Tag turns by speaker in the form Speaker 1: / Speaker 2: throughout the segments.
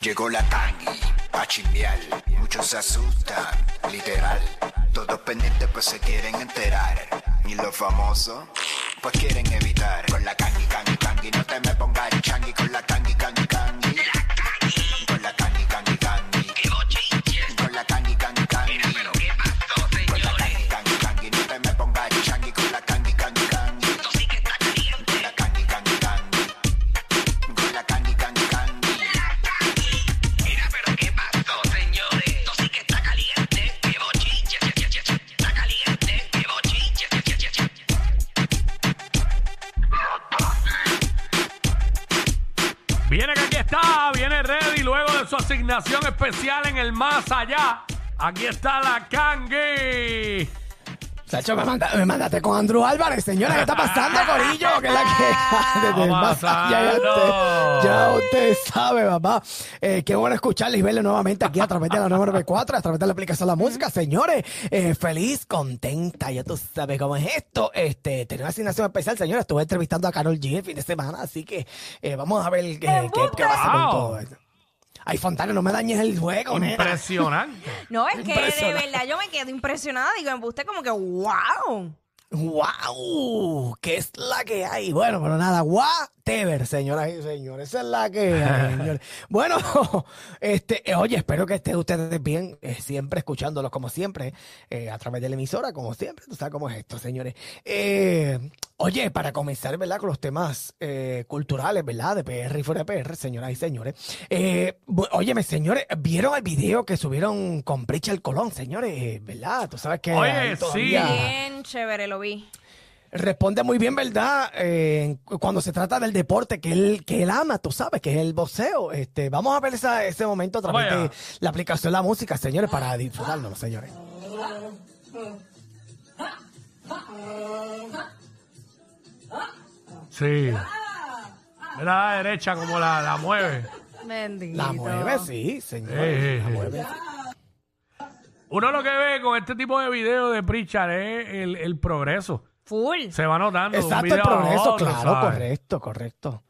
Speaker 1: Llegó la tangi a chimbiar, muchos se asustan, literal. Todos pendientes pues se quieren enterar. Y los famosos pues quieren evitar. Con la tangi, tangi, tangi, no te me pongas changi. Con la tangi, tangi, tangi. Con la tangi, tangi, tangi. Con la tangi, tangi, tangi. Con la tangi, tangi, tangi, no te me pongas changi. Con la tangi, tangi, tangi. Con la tangi, tangi, tangi. Con la tangi, tangi, tangi.
Speaker 2: Mira, pero qué pasó, señores. Esto sí que está caliente, qué bochinche, che, che, che, che. Está caliente, qué bochinche, che, che, che, che.
Speaker 3: Viene que aquí está, viene ready luego de su asignación especial en el más allá. Aquí está la Kangi.
Speaker 4: Sacho, me, manda- me mandaste con Andrew Álvarez, señora. ¿Qué está pasando, Corillo? ¿Qué es la que desde el más allá ya usted, ya usted sabe, papá. Eh, qué bueno escucharles y verles nuevamente aquí a través de la 994, a través de la aplicación La Música. Señores, eh, feliz, contenta. Ya tú sabes cómo es esto. Este, tenía una asignación especial, señora. Estuve entrevistando a Carol G el fin de semana, así que eh, vamos a ver qué, qué, qué va a hacer con
Speaker 3: ¡Wow!
Speaker 4: todo esto. Ay, Fontana, no me dañes el juego, nena.
Speaker 3: Impresionante.
Speaker 5: No, es que de
Speaker 4: Impresionante.
Speaker 5: verdad yo me quedo impresionada. Digo, embuste como que, wow.
Speaker 4: ¡Wow! ¿Qué es la que hay? Bueno, pero nada, whatever, señoras y señores. Esa es la que hay, señores. Bueno, este, eh, oye, espero que estén ustedes bien, eh, siempre escuchándolos como siempre, eh, a través de la emisora, como siempre. Tú sabes cómo es esto, señores. Eh, oye, para comenzar, ¿verdad? Con los temas eh, culturales, ¿verdad? De PR y fuera de PR, señoras y señores. Eh, bu- óyeme, señores, ¿vieron el video que subieron con Pricha el Colón, señores? Eh, ¿Verdad? Tú sabes que.
Speaker 3: Oye,
Speaker 4: ahí
Speaker 3: sí.
Speaker 4: todavía-
Speaker 5: Bien chévere, lo vi.
Speaker 4: responde muy bien, ¿verdad? Eh, cuando se trata del deporte que él, que él ama, tú sabes, que es el boxeo. Este, vamos a ver esa- ese momento a través
Speaker 3: Vaya.
Speaker 4: de la aplicación La Música, señores, para disfrutarlo, señores.
Speaker 3: Sí.
Speaker 4: Ah.
Speaker 3: Mira la derecha como la, la mueve.
Speaker 5: Bendito.
Speaker 4: La mueve, sí,
Speaker 3: Eh, eh,
Speaker 4: señores. La
Speaker 3: eh.
Speaker 4: mueve.
Speaker 3: Uno lo que ve con este tipo de videos de Pritchard es el, el progreso.
Speaker 5: Full.
Speaker 3: Se va notando. de un
Speaker 4: Exacto,
Speaker 3: video a
Speaker 4: el progreso,
Speaker 3: otro,
Speaker 4: claro,
Speaker 3: ¿sabes?
Speaker 4: correcto, correcto.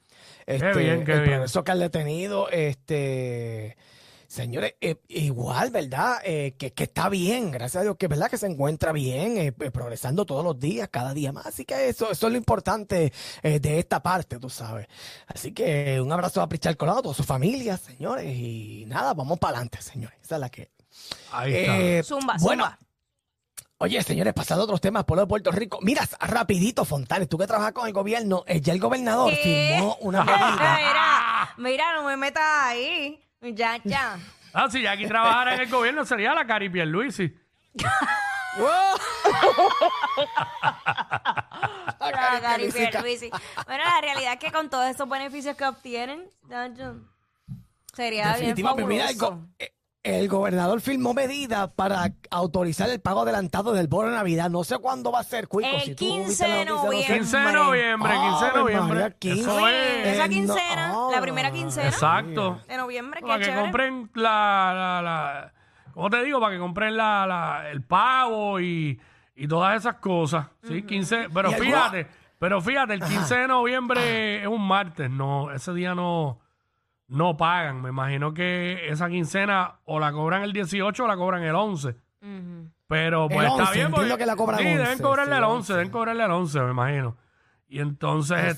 Speaker 4: Este,
Speaker 3: bien, qué
Speaker 4: el
Speaker 3: bien.
Speaker 4: progreso que han detenido, este, señores, eh, igual, ¿verdad? Eh, que, que está bien, gracias a Dios, que verdad que se encuentra bien, eh, eh, progresando todos los días, cada día más. Así que eso, eso es lo importante eh, de esta parte, tú sabes. Así que eh, un abrazo a Prichard Colado, a toda su familia, señores, y nada, vamos para adelante, señores. Esa es la que.
Speaker 3: Ahí está.
Speaker 4: Eh,
Speaker 5: Zumba,
Speaker 4: bueno,
Speaker 5: zumba.
Speaker 4: Oye, señores, pasando a otros temas, pueblo de Puerto Rico. Mira, rapidito, Fontanes, tú que trabajas con el gobierno, eh, ya el gobernador
Speaker 5: ¿Qué?
Speaker 4: firmó una medida.
Speaker 5: Mira, mira, no me metas ahí. Ya, ya.
Speaker 3: Ah, si Jackie trabajara en el gobierno sería la Cari Pierluisi.
Speaker 4: La
Speaker 5: La Gary
Speaker 4: característica.
Speaker 5: Pierluisi. Bueno, la realidad es que con todos esos beneficios que obtienen, ya, ya, sería bien
Speaker 4: Definitivamente, mira, el,
Speaker 5: fabuloso.
Speaker 4: go- eh, el gobernador firmó medidas para autorizar el pago adelantado del bono de Navidad. No sé cuándo va a ser, Cuico.
Speaker 5: El
Speaker 4: si tú
Speaker 5: 15
Speaker 4: viste la
Speaker 5: de
Speaker 4: noticia, no sé.
Speaker 5: noviembre.
Speaker 3: 15 de noviembre, 15 de
Speaker 4: Ave
Speaker 3: noviembre.
Speaker 4: María, 15.
Speaker 3: Eso es.
Speaker 5: Esa
Speaker 4: Eh,
Speaker 5: quincena,
Speaker 4: no.
Speaker 5: la primera quincena
Speaker 3: Exacto.
Speaker 5: de noviembre, qué
Speaker 3: Para que
Speaker 5: chévere.
Speaker 3: compren la, la, la- ¿Cómo te digo? Para que compren la, la- el pavo y, y todas esas cosas. Sí, 15. Pero
Speaker 4: ¿Y el
Speaker 3: fíjate, pero fíjate, el 15 de noviembre es un martes. No, ese día no, no pagan. Me imagino que esa quincena o la cobran el 18 o la cobran el 11.
Speaker 5: Ujú.
Speaker 3: Pero pues
Speaker 4: El
Speaker 3: está
Speaker 4: 11,
Speaker 3: bien.
Speaker 4: entiendo
Speaker 3: porque-
Speaker 4: que la cobran
Speaker 3: sí, deben
Speaker 4: 11,
Speaker 3: cobrarle
Speaker 4: sí,
Speaker 3: el 11,
Speaker 4: 11.
Speaker 3: deben cobrarle el 11, me imagino. Y entonces este,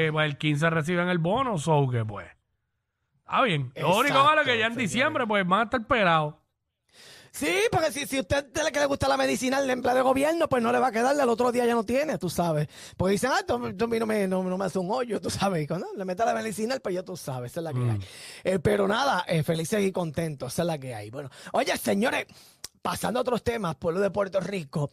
Speaker 4: Exacto.
Speaker 3: pues, el 15 reciben el bono, so que pues. Está Ah, bien. Lo único
Speaker 4: Exacto,
Speaker 3: malo es que ya en
Speaker 4: señores.
Speaker 3: diciembre pues van a estar pelados.
Speaker 4: Sí, porque si, si usted de la que le gusta la medicinal de empleo de gobierno, pues no le va a quedar, al otro día ya no tiene, tú sabes. Porque dicen, ah, tú, tú a mí no me, no, no me hace un hoyo, tú sabes. Y Cuando le metas la medicinal, pues ya tú sabes,
Speaker 3: Mm.
Speaker 4: esa es la que hay. Eh, pero nada, eh, felices y contentos, esa es la que hay. Bueno, oye, señores, pasando a otros temas, pueblo de Puerto Rico,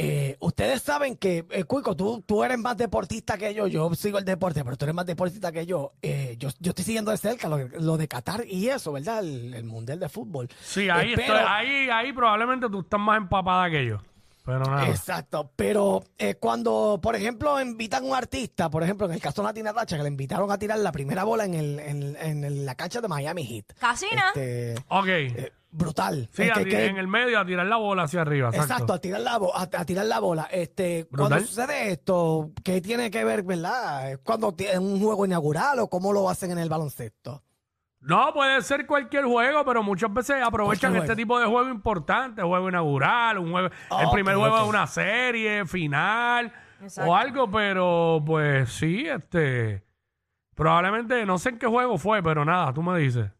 Speaker 4: eh, ustedes saben que, eh, Cuico, tú, tú eres más deportista que yo. Yo sigo el deporte, pero tú eres más deportista que yo. Eh, yo, yo estoy siguiendo de cerca lo, lo de Qatar y eso, ¿verdad? El, el Mundial de Fútbol.
Speaker 3: Sí, ahí,
Speaker 4: Espero-
Speaker 3: estoy- ahí, ahí probablemente tú estás más empapada que yo. Pero nada.
Speaker 4: Exacto, pero eh, cuando, por ejemplo, invitan a un artista, por ejemplo, en el caso de Natina Tacha, que le invitaron a tirar la primera bola en, el, en, en el- la cancha de Miami Heat.
Speaker 5: Casina.
Speaker 4: Este,
Speaker 3: ok.
Speaker 4: eh, brutal.
Speaker 3: sí,
Speaker 4: Es
Speaker 3: a
Speaker 4: que-
Speaker 3: ti-
Speaker 4: que-
Speaker 3: en el medio a tirar la bola hacia arriba. Exacto.
Speaker 4: Exacto, a tirar la, bo- a, a tirar la bola. Este, cuando
Speaker 3: Brutal.
Speaker 4: sucede esto, ¿qué tiene que ver, verdad? Cuando tiene un juego inaugural o cómo lo hacen en el baloncesto.
Speaker 3: No, puede ser cualquier juego, pero muchas veces aprovechan
Speaker 4: Cualquier
Speaker 3: este tipo de juego importante, juego inaugural, un juego, el
Speaker 4: Ok,
Speaker 3: primer juego
Speaker 4: ok.
Speaker 3: de una serie, final
Speaker 5: Exacto.
Speaker 3: o algo, pero pues sí, este probablemente no sé en qué juego fue, pero nada, tú me dices.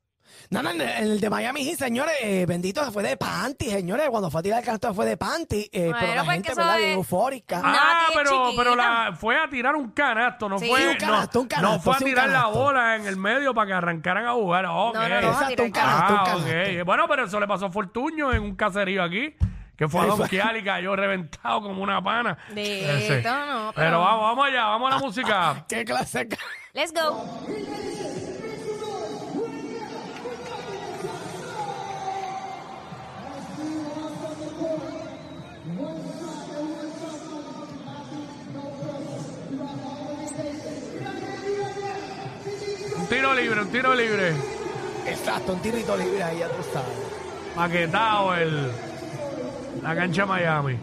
Speaker 4: No, no, en el, en el de Miami Heat, señores, eh, bendito fue de panty, señores. Cuando fue a tirar el canto fue de panty, eh, pero
Speaker 5: Bueno,
Speaker 4: la
Speaker 5: pues
Speaker 4: gente,
Speaker 5: que
Speaker 4: ¿verdad?
Speaker 5: eso
Speaker 4: Bien
Speaker 5: es-
Speaker 4: eufórica.
Speaker 5: Ah,
Speaker 3: ah,
Speaker 5: bien
Speaker 3: pero
Speaker 5: chiquita.
Speaker 3: pero la fue a tirar un canasto, no
Speaker 5: Sí,
Speaker 3: fue
Speaker 5: un
Speaker 4: canasto,
Speaker 3: no,
Speaker 4: un canasto,
Speaker 3: no fue a
Speaker 4: sí, un
Speaker 3: tirar la
Speaker 4: canasto.
Speaker 3: bola en el medio para que arrancaran a jugar. Ah, ok.
Speaker 5: No, no, no, a
Speaker 4: Exacto,
Speaker 5: tirar
Speaker 4: un canasto, un
Speaker 3: Ah,
Speaker 4: canasto.
Speaker 3: ok. Bueno, pero eso le pasó a Fortuño en un caserío aquí, que fue a
Speaker 4: Eso.
Speaker 3: donkear y cayó reventado como una pana.
Speaker 5: De
Speaker 3: Ese.
Speaker 5: esto no,
Speaker 3: pero...
Speaker 5: pero-
Speaker 3: vamos, vamos allá, vamos a la música.
Speaker 4: ¿Qué clase de ca-
Speaker 5: Let's go.
Speaker 3: Un tiro libre, un tiro libre.
Speaker 4: Exacto, un tirito libre ahí, ya tú sabes.
Speaker 3: Paquetado el la cancha de Miami.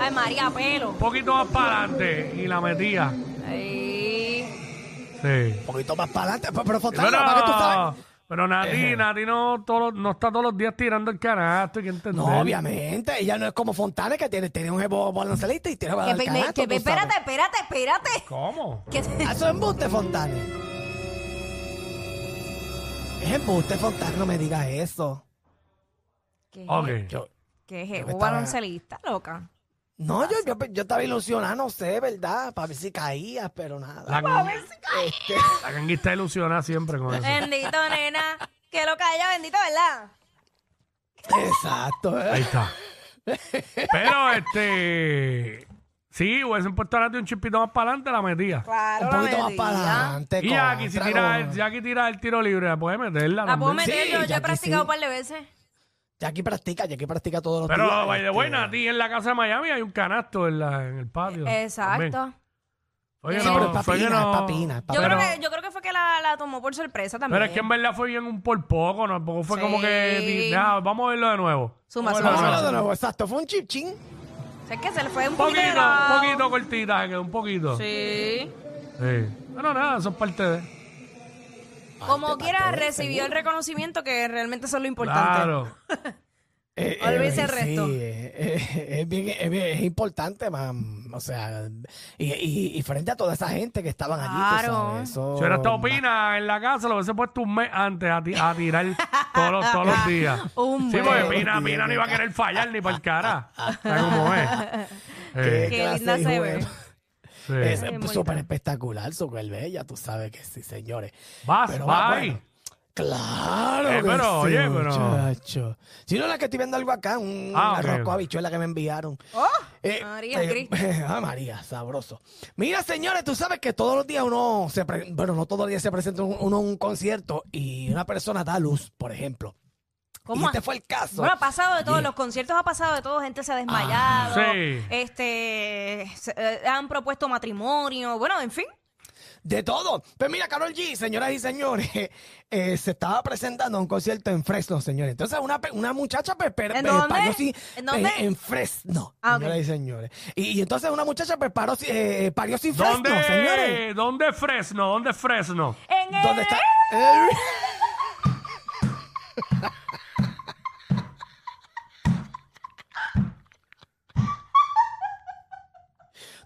Speaker 5: Ay, María, pelo.
Speaker 3: Un poquito más para adelante y la metía.
Speaker 5: Ay.
Speaker 3: Sí.
Speaker 4: Un poquito más para adelante, pero,
Speaker 3: Pero,
Speaker 4: pero Fontaine, para que tú sabes. Eh.
Speaker 3: pero Nati,
Speaker 4: Ejé.
Speaker 3: Nati no, todo- no está todos los días tirando el canasto, hay que entender.
Speaker 4: No, obviamente, ella no es como Fontana que tiene, tiene un jebo baloncelista y tiene
Speaker 5: Que,
Speaker 4: al
Speaker 5: pe-
Speaker 4: canasto,
Speaker 5: que-
Speaker 4: tú
Speaker 5: espérate,
Speaker 4: sabes.
Speaker 5: espérate, espérate.
Speaker 3: ¿Cómo?
Speaker 5: Que,
Speaker 4: Ah, Eso es embuste, Fontana. Es embuste, Fontana, no me digas eso.
Speaker 5: que,
Speaker 3: Ok.
Speaker 4: Yo,
Speaker 5: que es
Speaker 4: Yo que
Speaker 5: un
Speaker 4: estaba-
Speaker 5: baloncelista, loca.
Speaker 4: no, yo, yo, yo estaba ilusionada, no sé, ¿verdad? Para ver si caías, pero
Speaker 3: La, este,
Speaker 4: nada.
Speaker 3: la canguista está ilusionada siempre con eso.
Speaker 5: Bendito, nena. Que lo calla, bendito, ¿verdad?
Speaker 4: Exacto. eh.
Speaker 3: Ahí está. Pero este. Sí, hubiesen puesto a Nati un chispito más para adelante, la metía.
Speaker 5: Claro, Ah,
Speaker 4: Un
Speaker 5: la
Speaker 4: poquito más
Speaker 5: medida.
Speaker 4: para adelante.
Speaker 3: Y aquí, si
Speaker 4: contra,
Speaker 3: tira, el-
Speaker 4: con-
Speaker 3: si aquí tira el tiro libre, la puede meterla.
Speaker 5: La puedo
Speaker 3: también.
Speaker 5: pues meter
Speaker 4: Sí,
Speaker 5: yo, yo he
Speaker 4: Jackie, sí.
Speaker 5: practicado un par de veces.
Speaker 4: Jackie practica, Jackie practica todos los días.
Speaker 3: Pero, by the
Speaker 4: este.
Speaker 3: way, Nati, en la casa de Miami hay un canasto en, la- en el patio.
Speaker 5: Exacto.
Speaker 3: también. Oye,
Speaker 4: Sí,
Speaker 3: no,
Speaker 4: pero es
Speaker 3: fue que
Speaker 4: papina,
Speaker 3: no-
Speaker 4: es papina, es
Speaker 5: Yo,
Speaker 4: papina.
Speaker 3: Pero-
Speaker 5: creo que, yo creo que fue que la, la tomó por sorpresa también.
Speaker 3: Pero es que en verdad fue bien un por poco, ¿no? Tampoco fue
Speaker 5: Sí.
Speaker 3: como que. di- "Ah, vamos a verlo de nuevo.
Speaker 5: Suma,
Speaker 3: Vamos a
Speaker 5: suma,
Speaker 3: verlo
Speaker 4: Vamos
Speaker 3: de
Speaker 4: a
Speaker 5: suma.
Speaker 4: verlo
Speaker 3: nuevo.
Speaker 4: de nuevo, exacto. Fue un chip chin.
Speaker 5: O sea, es que se le fue un
Speaker 3: Un
Speaker 5: poquito.
Speaker 3: poquito,
Speaker 5: de
Speaker 3: un
Speaker 5: lado.
Speaker 3: poquito cortita, se quedó un poquito. Sí.
Speaker 5: Sí.
Speaker 3: Bueno, nada, eso es parte de.
Speaker 5: Como quiera, recibió el reconocimiento que realmente eso es lo importante.
Speaker 3: Claro.
Speaker 4: Eh,
Speaker 5: Olvídese el
Speaker 4: sí,
Speaker 5: resto.
Speaker 4: eh, eh, es, bien, es, bien- es importante, mam. O sea, y, y- y frente a toda esa gente que estaban allí, tú
Speaker 5: Claro.
Speaker 4: sabes, eso-
Speaker 3: Si hubieras estado opina en la casa, lo hubiese puesto un mes antes a, ti- a tirar todos los, todos los días.
Speaker 5: Un
Speaker 3: sí,
Speaker 5: mes.
Speaker 3: porque Pina, Pina no iba a querer fallar ni para el cara. ¿Sabes cómo es?
Speaker 4: Qué
Speaker 3: Eh,
Speaker 5: Qué
Speaker 4: clase
Speaker 5: linda
Speaker 4: de
Speaker 5: se
Speaker 4: juego.
Speaker 5: ve.
Speaker 3: sí.
Speaker 4: Es
Speaker 5: Bien
Speaker 4: súper
Speaker 5: bonita.
Speaker 4: espectacular, súper bella, tú sabes que sí, señores.
Speaker 3: Vas,
Speaker 4: Pero va,
Speaker 3: vas.
Speaker 4: bueno. Claro,
Speaker 3: Ah, Eh,
Speaker 4: que
Speaker 3: pero,
Speaker 4: sí,
Speaker 3: oye, pero-
Speaker 4: muchacho. Si no, la que estoy viendo algo acá, un
Speaker 3: Ah, ok,
Speaker 4: arroz
Speaker 3: ok.
Speaker 4: con habichuela que me enviaron.
Speaker 5: ¡Oh!
Speaker 4: Eh,
Speaker 5: María
Speaker 4: eh,
Speaker 5: Cristo.
Speaker 4: ah, María, sabroso. Mira, señores, tú sabes que todos los días uno se. pre- bueno, no todos los días se presenta un- uno a un concierto y una persona da luz, por ejemplo.
Speaker 5: ¿Cómo
Speaker 4: Y este
Speaker 5: así?
Speaker 4: fue el caso.
Speaker 5: Bueno, ha pasado de todo,
Speaker 4: Bien.
Speaker 5: los conciertos ha pasado de todo, gente se ha desmayado,
Speaker 3: Ah, Sí.
Speaker 5: este, se- eh, han propuesto matrimonio, bueno, en fin.
Speaker 4: De todo. Pues mira, Carol G, señoras y señores, eh, se estaba presentando a un concierto en Fresno, señores. Entonces, una, pe- una muchacha, pues, per-
Speaker 5: ¿En
Speaker 4: pues,
Speaker 5: dónde?
Speaker 4: paró sí,
Speaker 5: ¿En dónde?
Speaker 4: eh, en Fresno,
Speaker 5: Ah, ok.
Speaker 4: señoras y señores. Y, y entonces una muchacha, pues, paró, sí, eh, parió sin Fresno,
Speaker 3: ¿Dónde,
Speaker 4: señores.
Speaker 3: ¿Dónde Fresno? ¿Dónde Fresno?
Speaker 5: En el-
Speaker 4: ¿Dónde está? Eh,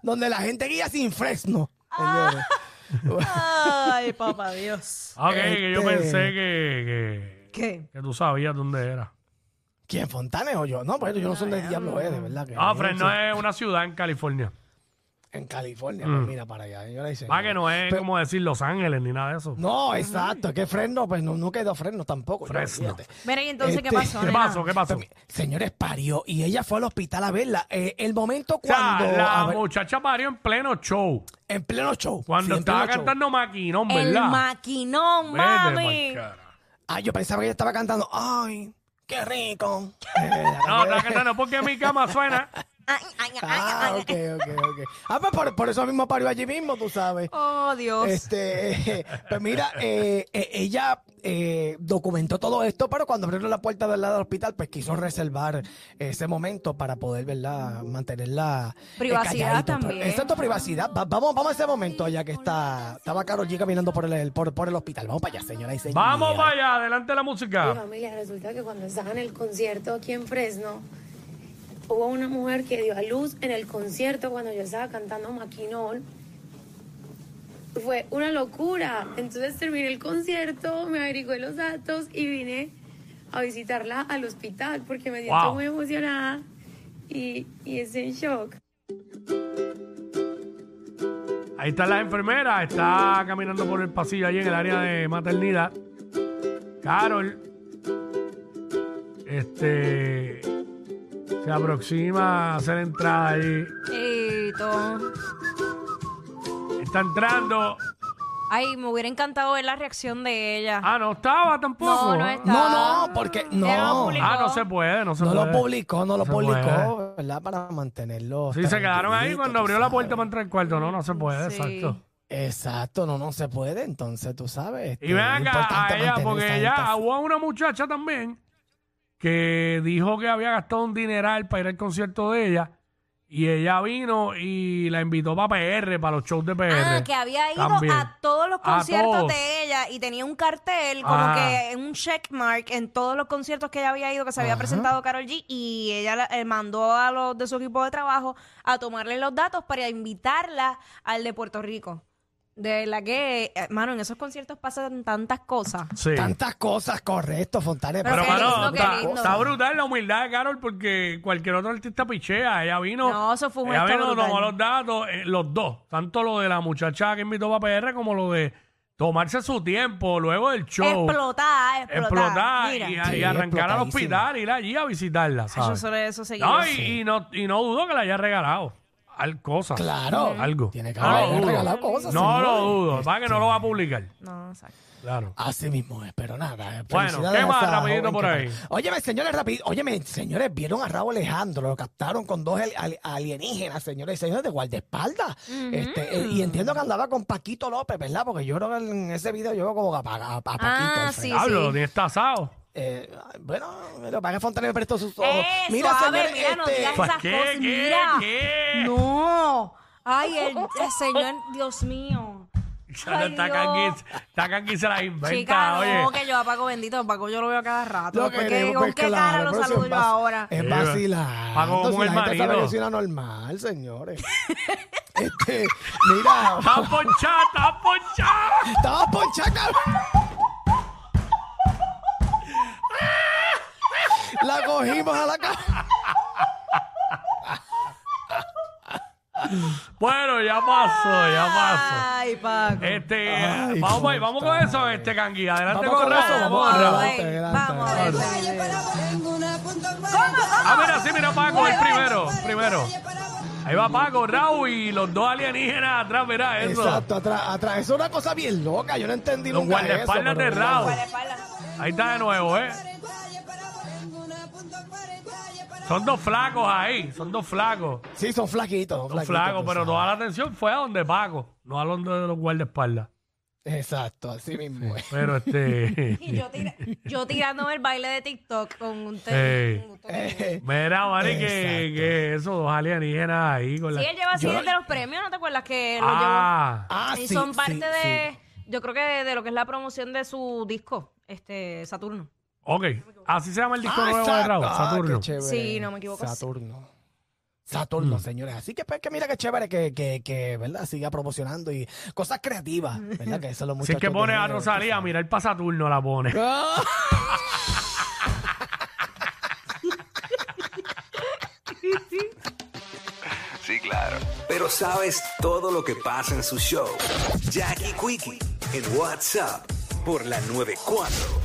Speaker 4: Donde la gente guía sin Fresno, señores.
Speaker 5: Ay, papá Dios.
Speaker 3: Ah, Ok, que yo
Speaker 4: Este-
Speaker 3: pensé que, que,
Speaker 5: ¿Qué?
Speaker 3: que tú sabías dónde era.
Speaker 4: ¿Quién, Fontanes o yo? No, pues yo no soy de Diablo, eh, de verdad. que
Speaker 3: Ah,
Speaker 4: yo
Speaker 3: Fresno es una ciudad en California.
Speaker 4: en California. Pues mira para allá, señoras y
Speaker 3: Va
Speaker 4: señores.
Speaker 3: Mm. que no es
Speaker 4: Pero-
Speaker 3: como decir Los Ángeles ni nada de eso.
Speaker 4: No, exacto. Es que Fresno, pues no, no quedó Fresno tampoco. señores,
Speaker 3: Fresno.
Speaker 4: fíjate.
Speaker 5: Mira, y entonces, ¿qué
Speaker 4: Este,
Speaker 5: pasó?
Speaker 3: ¿Qué
Speaker 5: nena?
Speaker 3: pasó? ¿Qué pasó?
Speaker 4: Pero, señores, parió. Y ella fue al hospital a verla. Eh, el momento
Speaker 3: O sea,
Speaker 4: cuando...
Speaker 3: la
Speaker 4: a ver,
Speaker 3: muchacha parió en pleno show.
Speaker 4: en pleno show. sí,
Speaker 3: Cuando
Speaker 4: en
Speaker 3: estaba
Speaker 4: pleno show.
Speaker 3: cantando Maquinón,
Speaker 5: El
Speaker 3: ¿verdad?
Speaker 5: maquinón,
Speaker 3: Vete pa'l
Speaker 5: mami.
Speaker 3: cara.
Speaker 4: Ah, yo pensaba que ella estaba cantando. ¡Ay, qué rico! Eh,
Speaker 3: No, estaba cantando porque mi cama suena.
Speaker 5: Ay, ay, ay, ay,
Speaker 4: Ah,
Speaker 5: ay.
Speaker 4: ok, ok, ok. Ah, pues por, por eso mismo parió allí mismo, tú sabes.
Speaker 5: Oh, Dios.
Speaker 4: Este, eh, pues mira, eh, eh, ella eh, documentó todo esto, pero cuando abrieron la puerta del lado del hospital, pues quiso reservar ese momento para poder, ¿verdad? Mantener la eh,
Speaker 5: Privacidad
Speaker 4: calladito.
Speaker 5: también.
Speaker 4: Pero- Exacto, privacidad. Va- vamos, vamos a ese momento ya que está, estaba Carol G caminando por el, por, por el hospital. Vamos para allá, señora y señores.
Speaker 3: Vamos para allá, adelante la música.
Speaker 6: familia, resulta que cuando estaba en el concierto aquí en Fresno, hubo una mujer que dio a luz en el concierto cuando yo estaba cantando Maquinón. Fue una locura. Entonces terminé el concierto, me averigué los datos y vine a visitarla al hospital porque me siento
Speaker 3: Wow.
Speaker 6: muy emocionada y, y es en shock.
Speaker 3: Ahí está la enfermera, está caminando por el pasillo allí en el área de maternidad. Carol, este, se aproxima a hacer entrada ahí.
Speaker 5: Ey, todo.
Speaker 3: Está entrando.
Speaker 5: Ay, me hubiera encantado ver la reacción de ella.
Speaker 3: Ah, no estaba tampoco.
Speaker 5: No, no está.
Speaker 4: No, no, porque
Speaker 5: Ella Ah. no
Speaker 4: no.
Speaker 5: lo publicó.
Speaker 3: Ah, no se puede, no se
Speaker 4: No
Speaker 3: puede.
Speaker 4: lo publicó, no lo
Speaker 3: Se
Speaker 4: publicó,
Speaker 3: puede.
Speaker 4: ¿verdad? Para mantenerlo.
Speaker 3: Sí, se quedaron ahí
Speaker 4: tranquilito,
Speaker 3: cuando
Speaker 4: tú
Speaker 3: abrió la
Speaker 4: sabes.
Speaker 3: puerta para entrar al cuarto. No, no se puede,
Speaker 5: Sí.
Speaker 3: exacto.
Speaker 4: Exacto, no, no se puede, entonces tú sabes. este,
Speaker 3: Y ven
Speaker 4: es
Speaker 3: acá a
Speaker 4: importante
Speaker 3: ella,
Speaker 4: mantener esa
Speaker 3: porque
Speaker 4: gente
Speaker 3: ella
Speaker 4: así.
Speaker 3: hubo una muchacha también que dijo que había gastado un dineral para ir al concierto de ella. Y ella vino y la invitó para PR, para los shows de PR.
Speaker 5: Ah, que había ido
Speaker 3: También.
Speaker 5: a todos los
Speaker 3: A
Speaker 5: conciertos
Speaker 3: todos.
Speaker 5: de ella y tenía un cartel como
Speaker 3: Ah.
Speaker 5: que un checkmark en todos los conciertos que ella había ido, que se había presentado Carol G y ella la- eh, mandó a los de su equipo de trabajo a tomarle los datos para invitarla al de Puerto Rico. De la que, hermano, en esos conciertos pasan tantas cosas.
Speaker 3: Sí.
Speaker 4: Tantas cosas, correcto, Fontane.
Speaker 5: Pero
Speaker 3: Pero,
Speaker 5: qué
Speaker 3: mano,
Speaker 5: lindo, qué
Speaker 3: está,
Speaker 5: lindo.
Speaker 3: está brutal la humildad de Carol porque cualquier otro artista pichea. Ella vino.
Speaker 5: No, eso fue un
Speaker 3: Ella
Speaker 5: gesto
Speaker 3: vino,
Speaker 5: brutal.
Speaker 3: tomó los datos, eh, los dos. Tanto lo de la muchacha que invitó a PR como lo de tomarse su tiempo luego del show.
Speaker 5: Explotar,
Speaker 3: explotar
Speaker 5: explotar. Mira.
Speaker 3: y, y
Speaker 4: Sí,
Speaker 3: arrancar al
Speaker 4: explotadísimo.
Speaker 3: hospital, ir allí a visitarla,
Speaker 5: Ay, yo
Speaker 3: ¿sabes?
Speaker 5: sobre eso seguí.
Speaker 3: No, y, y no, y no dudo que le haya regalado al cosa.
Speaker 4: Claro.
Speaker 3: Algo.
Speaker 4: Tiene que
Speaker 3: No lo
Speaker 4: haber
Speaker 3: dudo.
Speaker 4: regalado cosas.
Speaker 3: No lo
Speaker 4: señores.
Speaker 3: dudo. Va que no lo va a publicar.
Speaker 5: No, exacto.
Speaker 3: Claro.
Speaker 4: Así mismo es, pero nada. eh,
Speaker 3: Bueno,
Speaker 4: felicidades
Speaker 3: ¿qué
Speaker 4: a
Speaker 3: más
Speaker 4: esa
Speaker 3: rapidito
Speaker 4: joven
Speaker 3: por
Speaker 4: que-
Speaker 3: ahí?
Speaker 4: Óyeme, señores, rápido. Óyeme, señores, vieron a Raúl Alejandro, lo captaron con dos al- al- alienígenas, señores y señores, de guardaespaldas. este, eh, y entiendo que andaba con Paquito López, ¿verdad? Porque yo creo que en ese video yo veo como a, Pa- a- a Paquito.
Speaker 5: Ah,
Speaker 4: al frente.
Speaker 5: Sí,
Speaker 3: Pablo,
Speaker 5: sí.
Speaker 3: lo tienes tasado.
Speaker 4: Eh, bueno, pero para que Fontana me prestó sus ojos.
Speaker 5: Eh, suave, mira,
Speaker 4: este,
Speaker 5: no digas
Speaker 3: ¿Para
Speaker 5: Esas
Speaker 3: qué?
Speaker 5: cosas,
Speaker 3: ¿Qué?
Speaker 5: mira.
Speaker 3: ¿Qué?
Speaker 5: No. Ay, el, el señor, Dios mío.
Speaker 3: Ya
Speaker 5: Ay,
Speaker 3: está
Speaker 5: Dios.
Speaker 3: Kanki- está Kanki se las inventa,
Speaker 5: Chica,
Speaker 3: oye.
Speaker 5: no, que yo a Paco bendito, a Paco yo lo veo cada rato.
Speaker 4: Lo
Speaker 5: porque
Speaker 4: queremos,
Speaker 5: digo,
Speaker 4: pues,
Speaker 5: ¿qué cara
Speaker 4: claro,
Speaker 5: lo
Speaker 4: pero si
Speaker 5: saludo
Speaker 4: es
Speaker 5: yo
Speaker 4: vac-
Speaker 5: ahora?
Speaker 4: Es
Speaker 3: Sí, Paco,
Speaker 4: vacilando.
Speaker 3: como
Speaker 4: Si
Speaker 3: un
Speaker 4: la gente sabe
Speaker 3: hermanito.
Speaker 4: que soy una normal, señores. este, mira,
Speaker 3: ¡Está ponchada, está ponchada!
Speaker 4: estaba ponchaca. La cogimos a la cara.
Speaker 3: Bueno, ya pasó, ya pasó.
Speaker 5: Ay, Paco.
Speaker 3: Este,
Speaker 4: Ay,
Speaker 3: vamos,
Speaker 4: cómo
Speaker 3: ahí, vamos con
Speaker 4: está,
Speaker 3: eso, este Kanki. Adelante
Speaker 4: Vamos
Speaker 3: con
Speaker 4: con
Speaker 3: eso,
Speaker 4: eso,
Speaker 3: vamos
Speaker 4: vamos
Speaker 3: con
Speaker 4: con
Speaker 3: eso.
Speaker 4: eso.
Speaker 5: Ay, Vamos a ver.
Speaker 3: Adelante.
Speaker 7: Tengo una punta
Speaker 3: Ah, mira, sí, mira Paco, el primero, primero. Ahí va Paco, Raúl y los dos alienígenas atrás, verá eso.
Speaker 4: Exacto, atrás, atrás. Eso es una cosa bien loca. Yo no entendí
Speaker 3: Los
Speaker 4: nunca eso.
Speaker 3: guardaespaldas de
Speaker 4: pero bueno.
Speaker 3: Raúl. Ahí está de nuevo, ¿eh? Son dos flacos ahí, son dos flacos.
Speaker 4: Sí, son flaquitos. Son
Speaker 3: Dos
Speaker 4: flaquitos,
Speaker 3: flacos,
Speaker 4: tú
Speaker 3: pero
Speaker 4: sabes.
Speaker 3: toda la atención fue a donde Paco, no a donde de los guardaespaldas.
Speaker 4: Exacto, así mismo. es.
Speaker 3: Pero este.
Speaker 5: Y yo, tira- yo tirándome el baile de TikTok con un
Speaker 3: Ey.
Speaker 5: teléfono.
Speaker 4: Eh,
Speaker 3: Mira, Mari, que,
Speaker 4: Exacto.
Speaker 3: que esos dos alienígenas ahí con la.
Speaker 5: Sí, él lleva así
Speaker 4: Yo-
Speaker 5: desde los premios, ¿no te acuerdas que lo llevó?
Speaker 3: ah,
Speaker 4: Ah,
Speaker 5: Y
Speaker 4: sí,
Speaker 5: son
Speaker 4: sí,
Speaker 5: parte
Speaker 4: sí.
Speaker 5: de, yo creo que de, de lo que es la promoción de su disco, este, Saturno.
Speaker 3: ok. Así se llama el disco
Speaker 4: Ah,
Speaker 3: nuevo de
Speaker 4: exacto.
Speaker 3: Raúl,
Speaker 4: Ah,
Speaker 3: Saturno. Mm.
Speaker 4: qué chévere.
Speaker 5: Sí, no me equivoco.
Speaker 4: Saturno. Saturno, señores. Así que, pues, que mira qué chévere que, que, que, ¿verdad? Siga promocionando y cosas creativas, ¿verdad? Que eso lo
Speaker 3: Si
Speaker 4: muchachos
Speaker 3: es que
Speaker 4: de
Speaker 3: pone a
Speaker 4: género,
Speaker 3: Rosalía, mira el pasaturno la pone.
Speaker 4: tú sabes.
Speaker 1: Sí, claro.
Speaker 2: pero sabes todo lo que pasa en su show. Jackie Quickie en WhatsApp por la 94.